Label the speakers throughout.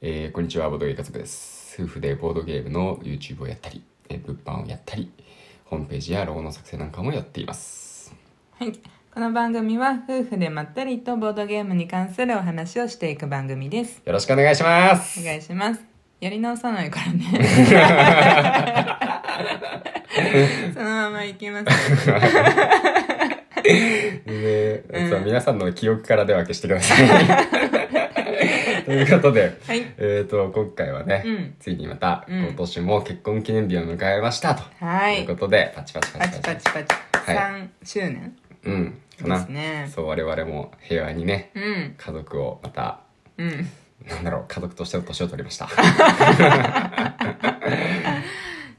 Speaker 1: えーこんにちは、ボードゲーム家族です。夫婦でボードゲームの YouTube をやったり、えー物販をやったり、ホームページやロゴの作成なんかもやっています。
Speaker 2: はい、この番組は夫婦でまったりとボードゲームに関するお話をしていく番組です
Speaker 1: よろしくお願いします
Speaker 2: お願いしますやり直さないから ねそのままいきます
Speaker 1: で、そう皆さんの記憶からでは消してください。 ということで、
Speaker 2: はい
Speaker 1: えー、と、今回はね、
Speaker 2: うん
Speaker 1: ついにまた、
Speaker 2: うん
Speaker 1: 今年も結婚記念日を迎えましたと。
Speaker 2: は
Speaker 1: とい
Speaker 2: いう
Speaker 1: ことで、パチパチパ
Speaker 2: パ
Speaker 1: チ
Speaker 2: チ
Speaker 1: パチ。
Speaker 2: パチパチ
Speaker 1: はい
Speaker 2: 3周年
Speaker 1: うん、か
Speaker 2: で
Speaker 1: な。
Speaker 2: すね
Speaker 1: そう、我々も平和にね、
Speaker 2: うん
Speaker 1: 家族をまた、
Speaker 2: うん
Speaker 1: なんだろう、家族としての年を取りました。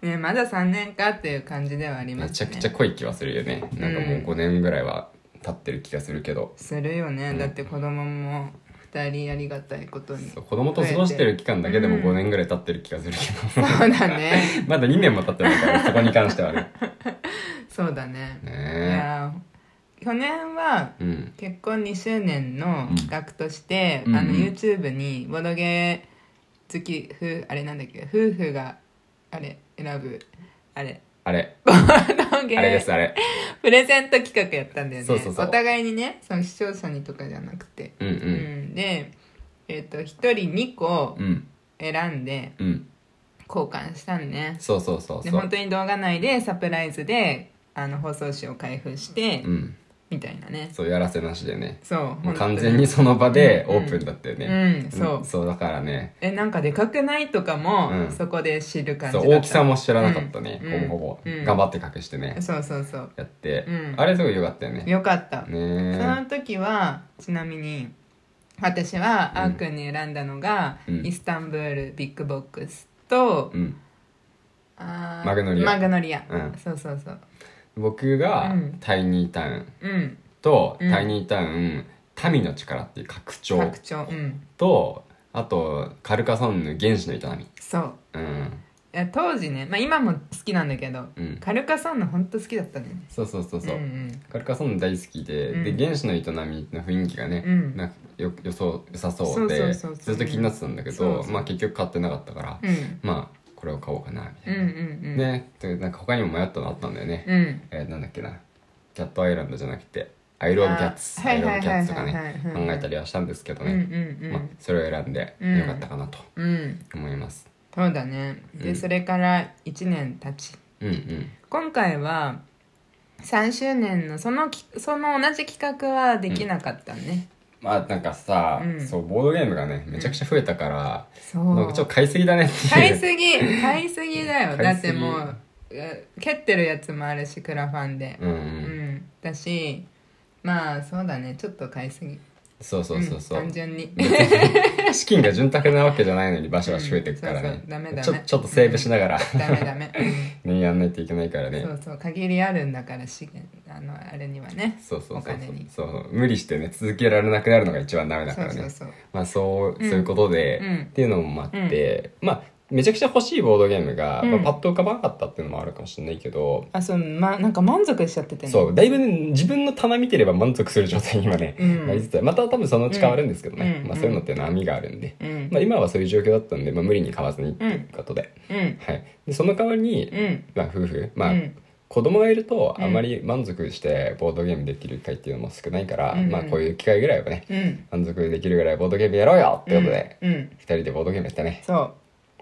Speaker 2: ねまだ3年かっていう感じではありま
Speaker 1: め
Speaker 2: す
Speaker 1: ち
Speaker 2: ね
Speaker 1: ゃくちゃ濃い気はするよね。なんかもう5年ぐらいは経ってる気がするけど。
Speaker 2: するよねだって子供も2人ありがたいこ とに
Speaker 1: そう子供と過ごしてる期間だけでも
Speaker 2: うん
Speaker 1: 5年ぐらい経ってる気がするけど、
Speaker 2: そうだね
Speaker 1: まだ2年も経ってないからそこに関してはね
Speaker 2: そうだね い
Speaker 1: ね
Speaker 2: やー去年は
Speaker 1: えうん
Speaker 2: 結婚2周年の企画として、
Speaker 1: うん
Speaker 2: あの
Speaker 1: うんうん
Speaker 2: YouTube にボドゲー好き夫あれなんだっけ夫婦があれ選ぶあれ
Speaker 1: あれ
Speaker 2: ボドゲ
Speaker 1: あれです
Speaker 2: ー
Speaker 1: あ れ
Speaker 2: プレゼント企画やったんだよね
Speaker 1: そうそうそう
Speaker 2: お互いにねその視聴者にとかじゃなくて、
Speaker 1: うん
Speaker 2: うんで、えっと1人2個
Speaker 1: うんうん
Speaker 2: 選んで
Speaker 1: うん
Speaker 2: 交換したんね
Speaker 1: そうそうそう
Speaker 2: で
Speaker 1: そ
Speaker 2: 本
Speaker 1: う
Speaker 2: 当に動画内でサプライズであの放送紙を開封して、
Speaker 1: うん
Speaker 2: みたいなね
Speaker 1: そうやらせなしでね
Speaker 2: そう
Speaker 1: もう
Speaker 2: 本当
Speaker 1: 完全にその場で
Speaker 2: うん
Speaker 1: オープンだったよね
Speaker 2: うんそう
Speaker 1: そうだからね
Speaker 2: えなんかでかくないとかも、
Speaker 1: うん
Speaker 2: そこで知る感じ
Speaker 1: そ
Speaker 2: だっ
Speaker 1: う
Speaker 2: た
Speaker 1: 大きさも知らなかったね
Speaker 2: うん
Speaker 1: ほぼほぼ
Speaker 2: うん
Speaker 1: 頑張って隠してね
Speaker 2: そうそうそう
Speaker 1: やって
Speaker 2: うん
Speaker 1: あれすごい良かったよね
Speaker 2: よかった、そ
Speaker 1: ね
Speaker 2: の時はちなみに私はあーくんに選んだのが、
Speaker 1: うん
Speaker 2: イスタンブールビッグボックスと、
Speaker 1: えうん
Speaker 2: あー
Speaker 1: マグノリア
Speaker 2: マグノリア、
Speaker 1: うん
Speaker 2: そうそうそう
Speaker 1: 僕が
Speaker 2: うん
Speaker 1: タイニータウン
Speaker 2: うん
Speaker 1: と、
Speaker 2: うん
Speaker 1: タイニータウン民の力っていう拡張
Speaker 2: 拡張うん
Speaker 1: とあとカルカソンヌ原始の営み
Speaker 2: そう
Speaker 1: うん
Speaker 2: いや当時ね、まあ、今も好きなんだけど、
Speaker 1: うん
Speaker 2: カルカソンヌ本当好きだったね
Speaker 1: そうそうそうそう、
Speaker 2: んん、
Speaker 1: カルカソンヌ大好きで、
Speaker 2: うん
Speaker 1: で原始の営みの雰囲気がね、
Speaker 2: うん
Speaker 1: なんかよよそう良さそうで
Speaker 2: そうそうそうそう
Speaker 1: ずっと気になってたんだけど
Speaker 2: そうそう
Speaker 1: まあ結局買ってなかったから、
Speaker 2: うん
Speaker 1: まあこれを買おうかなみた
Speaker 2: うん
Speaker 1: いうな、
Speaker 2: んうん
Speaker 1: ねでなんか他にも迷ったのあったんだよね、
Speaker 2: うん
Speaker 1: えーなんだっけなキャットアイランドじゃなくてアイロンキャッツ
Speaker 2: あー
Speaker 1: アイロンキャッツとか
Speaker 2: はいはい
Speaker 1: ね
Speaker 2: はいはいはい
Speaker 1: 考えたりはしたんですけど
Speaker 2: う
Speaker 1: ね、
Speaker 2: ん
Speaker 1: まあ、それを選んで
Speaker 2: うん
Speaker 1: よかったかなと
Speaker 2: うんうん
Speaker 1: 思います。
Speaker 2: そうだねで、
Speaker 1: うん
Speaker 2: それから1年経ち
Speaker 1: うんうん。
Speaker 2: 今回は3周年のそのきその同じ企画はできなかったね、
Speaker 1: まあなんかさ、
Speaker 2: うん
Speaker 1: そうボードゲームがねめちゃくちゃ増えたから、なんかち
Speaker 2: そ
Speaker 1: ょっと
Speaker 2: う
Speaker 1: 買いすぎだねっていう。
Speaker 2: 買いす ぎ買いすぎだよだ
Speaker 1: 買い
Speaker 2: っ
Speaker 1: すぎ
Speaker 2: てもうえ蹴ってるやつもあるしクラファンで
Speaker 1: うんう
Speaker 2: うん、
Speaker 1: ん。
Speaker 2: だしまあそうだねちょっと買いすぎ
Speaker 1: そうそうそうそう。
Speaker 2: ん単純に
Speaker 1: 資金が潤沢なわけじゃないのに場所は増えていくから
Speaker 2: うんそう
Speaker 1: ね
Speaker 2: そうダメダメ
Speaker 1: ちょちょっとセーブしながら、
Speaker 2: ダメ ダメ、
Speaker 1: ねやんないといけないから
Speaker 2: う
Speaker 1: ね
Speaker 2: んそうそう限りあるんだから資源あのあれにはね
Speaker 1: そうそう
Speaker 2: お
Speaker 1: そう
Speaker 2: 金に
Speaker 1: そうそう無理してね続けられなくなるのが一番ダメだ
Speaker 2: そ
Speaker 1: か
Speaker 2: う
Speaker 1: らね
Speaker 2: そうそう
Speaker 1: まあそうそういうことで、
Speaker 2: うん
Speaker 1: っていうのもあって、まあめちゃくちゃ欲しいボードゲームが、
Speaker 2: うん
Speaker 1: まあ、パッと浮かばなかったっていうのもあるかもしれないけど、
Speaker 2: あそうまなんか満足しちゃっててね
Speaker 1: そうだいぶ、ね、自分の棚見てれば満足する状態に今ね、
Speaker 2: うん
Speaker 1: なりつつあるまた多分そのうち変わるんですけどね、
Speaker 2: うん
Speaker 1: まあ、そういうのって波があるんで、
Speaker 2: うん
Speaker 1: まあ、今はそういう状況だったんで、まあ、無理に買わずにっていうことで,、
Speaker 2: うん
Speaker 1: はい、でその代わりに、
Speaker 2: うん
Speaker 1: まあ、夫婦まあ、
Speaker 2: うん
Speaker 1: 子供がいると
Speaker 2: うん
Speaker 1: あまり満足してボードゲームできる機会っていうのも少ないから、
Speaker 2: うんうん
Speaker 1: まあ、こういう機会ぐらいはね
Speaker 2: うん
Speaker 1: 満足できるぐらいボードゲームやろうよってことで、
Speaker 2: うんうん
Speaker 1: 二人でボードゲームやったね
Speaker 2: そう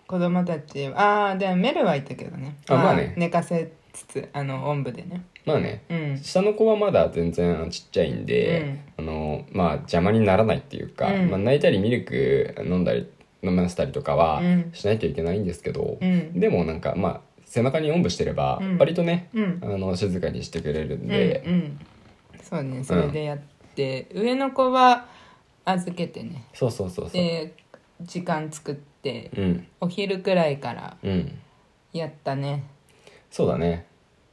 Speaker 2: 子供たちああでもメルは行ったけどね
Speaker 1: あまあね
Speaker 2: 寝かせつつあのおんぶでね
Speaker 1: まあね
Speaker 2: うん
Speaker 1: 下の子はまだ全然あのちっちゃいんで、あのまあ邪魔にならないっていうか、
Speaker 2: うん
Speaker 1: まあ、泣いたりミルク飲んだり飲ませたりとかは
Speaker 2: うん
Speaker 1: しないといけないんですけど、
Speaker 2: うん
Speaker 1: でもなんかまあ背中におんぶしてれば
Speaker 2: うん
Speaker 1: 割とね、
Speaker 2: うん
Speaker 1: あの静かにしてくれるん
Speaker 2: うん
Speaker 1: で、
Speaker 2: うんそうねそれでやって、上の子は預けてね
Speaker 1: そうそうそうそう、
Speaker 2: で時間作って
Speaker 1: うん
Speaker 2: お昼くらいから
Speaker 1: うん
Speaker 2: やったね
Speaker 1: そうだね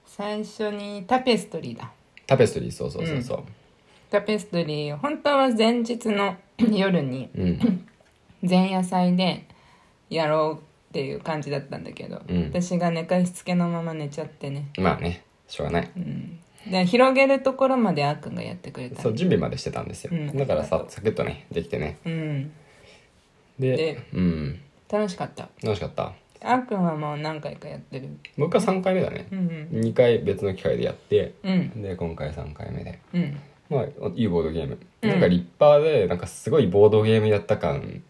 Speaker 2: 最初にタペストリーだ
Speaker 1: タペストリーそうそうそうそう
Speaker 2: タペストリー本当は前日の夜に
Speaker 1: うん
Speaker 2: 前夜祭でやろうっていう感じだったんだけど、
Speaker 1: うん
Speaker 2: 私が寝かしつけのまま寝ちゃってね、
Speaker 1: まあねしょうがない
Speaker 2: うん、で広げるところまであーくんがやってくれた
Speaker 1: そう準備までしてたんですよ、
Speaker 2: うん
Speaker 1: だからさサクッとねできてね
Speaker 2: うん
Speaker 1: で
Speaker 2: で
Speaker 1: うん
Speaker 2: 楽しかった
Speaker 1: 楽しかった
Speaker 2: あっくんはもう何回かやってる
Speaker 1: 僕は3回目だね
Speaker 2: う、ん
Speaker 1: 2回別の機会でやって
Speaker 2: うんうん
Speaker 1: で今回3回目で
Speaker 2: うん
Speaker 1: まあいいボードゲーム、
Speaker 2: うん
Speaker 1: なんか立派でなんかすごいボードゲームやった感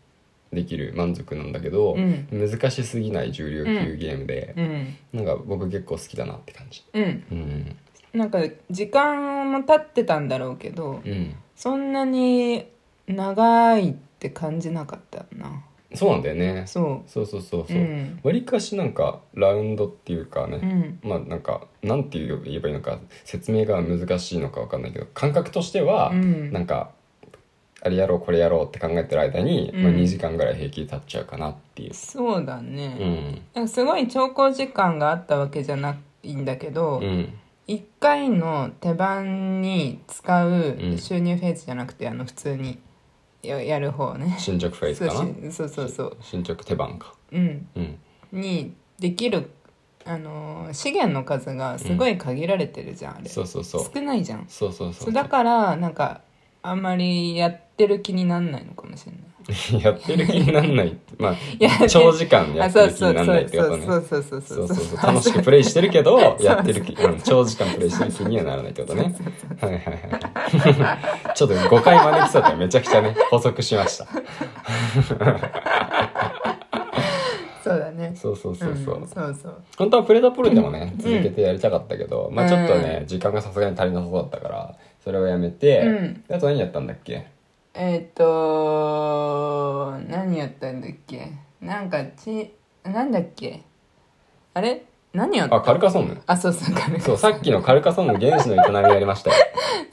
Speaker 1: できる満足なんだけど、
Speaker 2: うん
Speaker 1: 難しすぎない重量級ゲームで、
Speaker 2: うん
Speaker 1: なんか僕結構好きだなって感じ
Speaker 2: うん
Speaker 1: うん
Speaker 2: なんか時間も経ってたんだろうけど
Speaker 1: うん
Speaker 2: そんなに長いって感じなかったな
Speaker 1: そうなんだよね
Speaker 2: そ
Speaker 1: そうそうそう
Speaker 2: う
Speaker 1: そうう、
Speaker 2: ん
Speaker 1: 割かしなんかラウンドっていうか
Speaker 2: う
Speaker 1: ね、
Speaker 2: ん
Speaker 1: まあなんかなんて言えばいいのか説明が難しいのかわかんないけど感覚としては、
Speaker 2: うん
Speaker 1: なんかあれやろうこれやろうって考えてる間に、
Speaker 2: うん
Speaker 1: まあ、2時間ぐらい平気で経っちゃうかなっていう
Speaker 2: そうだ
Speaker 1: う
Speaker 2: ね、
Speaker 1: ん
Speaker 2: なんかすごい長考時間があったわけじゃないんだけど、
Speaker 1: うん
Speaker 2: 1回の手番に使う
Speaker 1: うん
Speaker 2: 収入フェーズじゃなくて、あの普通にややる方ね
Speaker 1: 進捗フェーズ
Speaker 2: そう
Speaker 1: かな
Speaker 2: しそうそうそう
Speaker 1: 進捗手番か
Speaker 2: うん
Speaker 1: うん
Speaker 2: にできるあのー資源の数がすごい限られてるじゃん、あれ
Speaker 1: そうそうそう
Speaker 2: 少ないじゃん
Speaker 1: そうそう
Speaker 2: そう
Speaker 1: そう
Speaker 2: だからなんかあんまりやってる気になんないのかもしれない
Speaker 1: やってる気になんないま
Speaker 2: やって
Speaker 1: あ
Speaker 2: る
Speaker 1: 長時間や
Speaker 2: あ
Speaker 1: って
Speaker 2: そう
Speaker 1: る気にな
Speaker 2: そうそうん
Speaker 1: ないってことね
Speaker 2: そうそうそうそ
Speaker 1: そう
Speaker 2: う
Speaker 1: そう
Speaker 2: そう
Speaker 1: そう楽しくプレイしてるけどやってる気、うん、長時間プレイしてる気にはならないってことねはいはいはい ちょっと誤解招きそうだっためちゃくちゃね補足しました
Speaker 2: そうだね
Speaker 1: そうそうそうそう、
Speaker 2: んそうそう
Speaker 1: 本当はプレタポルでもね続けてやりたかったけど、まあちょっと
Speaker 2: う
Speaker 1: ね時間がさすがに足りなさそうだったからそれをやめて、
Speaker 2: うん
Speaker 1: であと何やったんだっけ
Speaker 2: えーっと何やったんだっけなんかちなんだっけあれ何やった
Speaker 1: あカルカソンヌ
Speaker 2: あそうそうかね
Speaker 1: そうさっきのカルカソンヌ原始の営みやりましたよ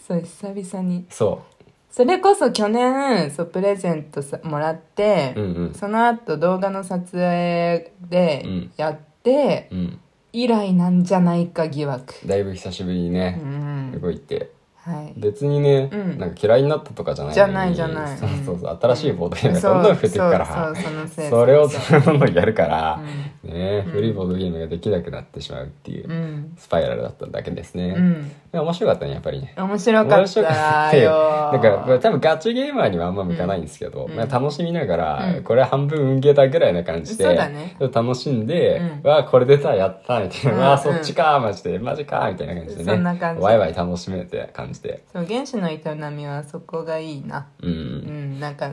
Speaker 2: そう久々に
Speaker 1: そ
Speaker 2: それこそ去年そうプレゼントさもらって、
Speaker 1: ううんうん
Speaker 2: その後動画の撮影で
Speaker 1: うん
Speaker 2: やって、
Speaker 1: うん
Speaker 2: 以来なんじゃないか疑惑
Speaker 1: だいぶ久しぶりに
Speaker 2: う
Speaker 1: ね、
Speaker 2: ん
Speaker 1: 動いて
Speaker 2: はい
Speaker 1: 別にね、
Speaker 2: うん
Speaker 1: なんか嫌いになったとかじゃない
Speaker 2: じゃないじゃない
Speaker 1: そうそうそう
Speaker 2: うん
Speaker 1: 新しいボードゲームがどんどん増えていくから
Speaker 2: そうそうそうその
Speaker 1: そ
Speaker 2: せい
Speaker 1: れを
Speaker 2: そ
Speaker 1: ど
Speaker 2: うん
Speaker 1: どんやるから、ね
Speaker 2: うん
Speaker 1: 古いボードゲームができなくなってしまうっていううんスパイラルだっただけですね、
Speaker 2: うん
Speaker 1: でも面白かったねやっぱりね
Speaker 2: 面白かった よ
Speaker 1: だから多分ガチゲーマーにはあんま向かないんですけど、
Speaker 2: うん
Speaker 1: まあ、楽しみながら、
Speaker 2: うん
Speaker 1: これ半分運ゲーだぐらいな感じで
Speaker 2: そうだね
Speaker 1: ちょっと楽しんで、
Speaker 2: うん
Speaker 1: わあこれ出たやったみたいな、
Speaker 2: うん
Speaker 1: わあそっちかマジでマジかみたいな感じでね
Speaker 2: そんな感じ
Speaker 1: ワイワイ楽しめて感じで
Speaker 2: そう原始の営みはそこがいいな
Speaker 1: うん、
Speaker 2: うんなんか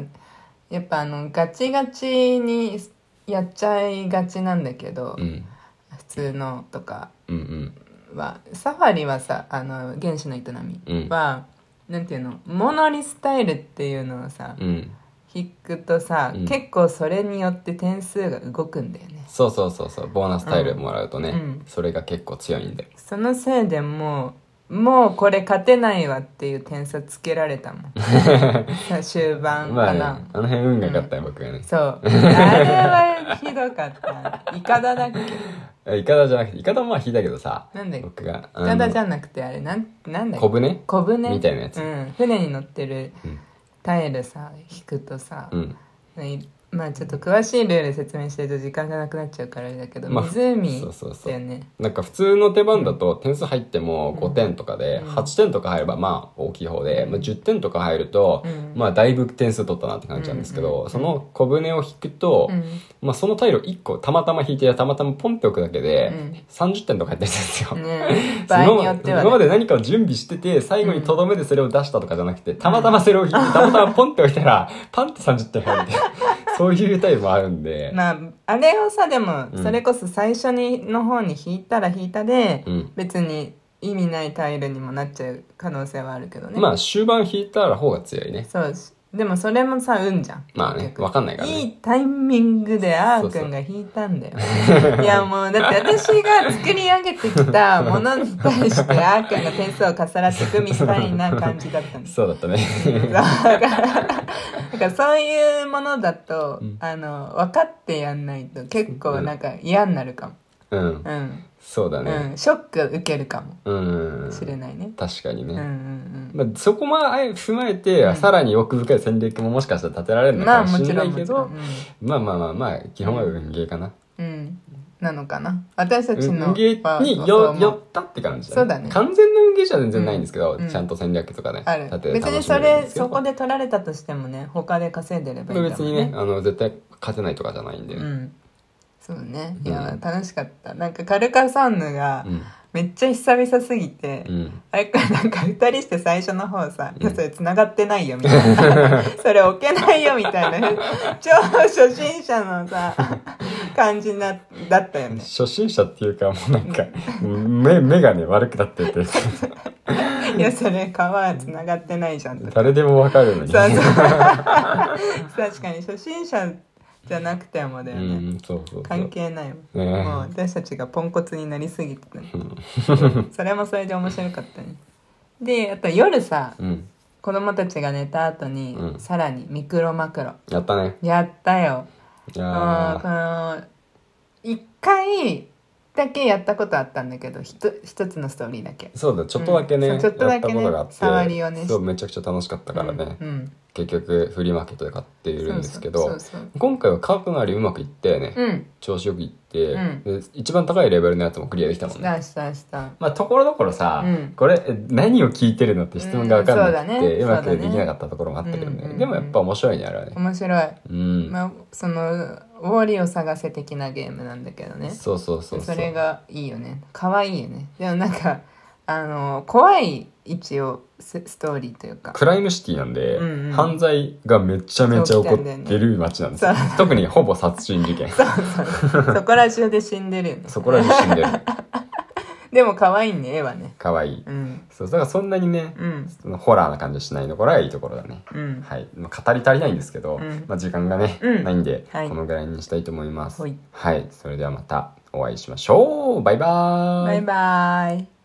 Speaker 2: やっぱあのガチガチにやっちゃいがちなんだけど、
Speaker 1: うん、
Speaker 2: 普通のとか
Speaker 1: うんうん
Speaker 2: はサファリはさあの原始の営
Speaker 1: うん
Speaker 2: みは、なんていうのモノリスタイルっていうのをさ、
Speaker 1: うん
Speaker 2: 引くとさ、
Speaker 1: うん
Speaker 2: 結構それによって点数が動くんだよね
Speaker 1: そうそうそうそうボーナスタイルもらうとね、
Speaker 2: うん
Speaker 1: それが結構強いんで
Speaker 2: そのせいでもうもうこれ勝てないわっていう点数つけられ たもんさ終盤
Speaker 1: ま
Speaker 2: か
Speaker 1: あね
Speaker 2: な、
Speaker 1: あの辺運が勝ったよ、僕がね
Speaker 2: そうあれはひどかったイカダだっけ
Speaker 1: えイカダじゃなくてイカダもまあ引いたけどさ
Speaker 2: なんだっけ
Speaker 1: 僕が
Speaker 2: イカダじ
Speaker 1: ゃ
Speaker 2: ゃなくてあれなんなんだっけ
Speaker 1: 小舟
Speaker 2: 小舟
Speaker 1: みたいなやつ
Speaker 2: うん、船に乗ってる
Speaker 1: うん
Speaker 2: タイルさ引くとさ、
Speaker 1: うん
Speaker 2: いまあちょっと詳しいルール説明してると時間がなくなっちゃうからあれだけど、
Speaker 1: まあ
Speaker 2: 湖
Speaker 1: そうそうそう
Speaker 2: だよね
Speaker 1: なんか普通の手番だと点数入っても5点とかで
Speaker 2: うん
Speaker 1: 8点とか入ればまあ大きい方で、まあ、10点とか入ると
Speaker 2: うん
Speaker 1: まあだいぶ点数取ったなって感じなんですけどその小舟を引くと
Speaker 2: うん
Speaker 1: まあそのタイルを1個たまたま引いてたまたまポンって置くだけで
Speaker 2: うん
Speaker 1: 30点とか入ったりするんですよ。
Speaker 2: ね、
Speaker 1: そ
Speaker 2: 場合
Speaker 1: の
Speaker 2: によっては、
Speaker 1: 今ま
Speaker 2: ね、
Speaker 1: で何かを準備してて最後にとどめでそれを出したとかじゃなくてたまたまそれを引いてたまたまポンって置いたら パンって30点入るみたいなそういうタイルもあるん で。
Speaker 2: まああれをさでも
Speaker 1: うん
Speaker 2: それこそ最初にの方に引いたら引いたで、
Speaker 1: うん
Speaker 2: 別に意味ないタイルにもなっちゃう可能性はあるけどね、
Speaker 1: まあ終盤引いたら方が強いね。
Speaker 2: そうしでもそれもさ運じゃん
Speaker 1: まあね
Speaker 2: 結局
Speaker 1: わかんないからね
Speaker 2: いいタイミングであーくんが引いたんだよいやもうだって私が作り上げてきたものに対してあーくんが点数を重なっていくみたいな感じだったんです
Speaker 1: そうだったね。
Speaker 2: だからなんかそういうものだと、
Speaker 1: うん
Speaker 2: あの分かってやんないと結構なんか嫌になるかも、
Speaker 1: うん
Speaker 2: う。ん
Speaker 1: そうだ
Speaker 2: う
Speaker 1: ね。
Speaker 2: ん、ショック受けるかも
Speaker 1: うん。
Speaker 2: しれないね、
Speaker 1: 確かに
Speaker 2: うんうん
Speaker 1: ね。まあ、そこも踏まえて、
Speaker 2: うん
Speaker 1: さらに奥深い戦略ももしかしたら立てられ
Speaker 2: う
Speaker 1: る
Speaker 2: ん、
Speaker 1: の
Speaker 2: ま
Speaker 1: か
Speaker 2: あ
Speaker 1: も
Speaker 2: も
Speaker 1: し
Speaker 2: ち
Speaker 1: れな
Speaker 2: ろん
Speaker 1: い
Speaker 2: も
Speaker 1: け
Speaker 2: ちろ
Speaker 1: ど
Speaker 2: ん、
Speaker 1: まあまあまあまあ、基本は運ゲーかな。
Speaker 2: うん、うんなのかな私たちの
Speaker 1: 運ゲーに
Speaker 2: そう
Speaker 1: よ
Speaker 2: 思う
Speaker 1: 寄ったって感じだね
Speaker 2: そうだね
Speaker 1: 完全な運ゲーじゃ全然ないんですけど、
Speaker 2: うんうん
Speaker 1: ちゃんと戦略とかね
Speaker 2: ある
Speaker 1: 立てて
Speaker 2: 別
Speaker 1: 楽
Speaker 2: に
Speaker 1: しめ
Speaker 2: そ
Speaker 1: るん
Speaker 2: れ
Speaker 1: ですけど
Speaker 2: そこで取られたとしてもね他で稼いでればいいんだ
Speaker 1: 別
Speaker 2: もん
Speaker 1: に
Speaker 2: ね
Speaker 1: ねあの絶対勝てないとかじゃないんで
Speaker 2: う
Speaker 1: ね、
Speaker 2: んそうねい
Speaker 1: うん
Speaker 2: や楽しかったなんかカルカサンヌが
Speaker 1: うん
Speaker 2: めっちゃ久々すぎて、
Speaker 1: うん
Speaker 2: あれからなんか2人して最初の方さ「いや
Speaker 1: うん
Speaker 2: それ繋がってないよ」みたい な「それ置けないよ」みたいな超初心者のさ感じなだったよね
Speaker 1: 初心者っていうかもうなんか 目目がね悪くなって て
Speaker 2: いやそれ川繋がってないじゃんとか
Speaker 1: 誰でもわかるのに
Speaker 2: そうそう確かに初心者じゃなくてもだよ
Speaker 1: う
Speaker 2: ね、
Speaker 1: んそうそうそう
Speaker 2: 関係ないもん
Speaker 1: ね
Speaker 2: もう私たちがポンコツになりすぎてたねそれもそれで面白かったねであと夜さ
Speaker 1: うん
Speaker 2: 子供たちが寝た後に、
Speaker 1: うん
Speaker 2: さらにミクロマクロ
Speaker 1: やったね
Speaker 2: やったよ
Speaker 1: いや
Speaker 2: あ
Speaker 1: ー
Speaker 2: ーこの1回だけやったことあったんだけどひと一つのストーリーだけ
Speaker 1: そうだちょっとだけね、
Speaker 2: うんそうちょっとだけね
Speaker 1: やったことがあって
Speaker 2: 触りをね
Speaker 1: そうめちゃくちゃ楽しかったからね、
Speaker 2: うんうん
Speaker 1: 結局フリーマーケットで買っているんですけど
Speaker 2: そうそうそう
Speaker 1: 今回はかなりうまくいったよね、
Speaker 2: そううん
Speaker 1: 調子よくいって、
Speaker 2: うん
Speaker 1: で一番高いレベルのやつもクリアできたもん
Speaker 2: し
Speaker 1: ね
Speaker 2: たしたした
Speaker 1: まあところどころさ、
Speaker 2: うん
Speaker 1: これえ何を聞いてるのって質問が分かんなくて、う
Speaker 2: うんそうだね
Speaker 1: まくできなかったところもあったけど
Speaker 2: そう
Speaker 1: ね、
Speaker 2: だねうん
Speaker 1: でもやっぱ面白いねあれはね
Speaker 2: 面白い、
Speaker 1: うん、
Speaker 2: まあ、そのウォーリーを探せ的なゲームなんだけどね
Speaker 1: そうそうそうう
Speaker 2: それがいいよね可愛いよねでもなんかあの怖い一応スストーリーというか
Speaker 1: クライムシティなんで、
Speaker 2: うんうん
Speaker 1: 犯罪がめちゃめちゃ起こってる街なんですよ
Speaker 2: そ
Speaker 1: 特にほぼ殺人事件
Speaker 2: そこら中で死んでるよね
Speaker 1: そこら中死んでる
Speaker 2: でも可愛いね絵はね
Speaker 1: 可愛い
Speaker 2: うん
Speaker 1: そうだからそんなにね、
Speaker 2: うん
Speaker 1: そのホラーな感じしないところはいいところだね
Speaker 2: うん
Speaker 1: はい、まあ、語り足りないんですけど、
Speaker 2: うん
Speaker 1: まあ、時間がね、
Speaker 2: うん
Speaker 1: ないんで、
Speaker 2: はい
Speaker 1: このぐらいにしたいと思います
Speaker 2: ほい
Speaker 1: はい、それではまたお会いしましょうバイバーイ
Speaker 2: バイバイ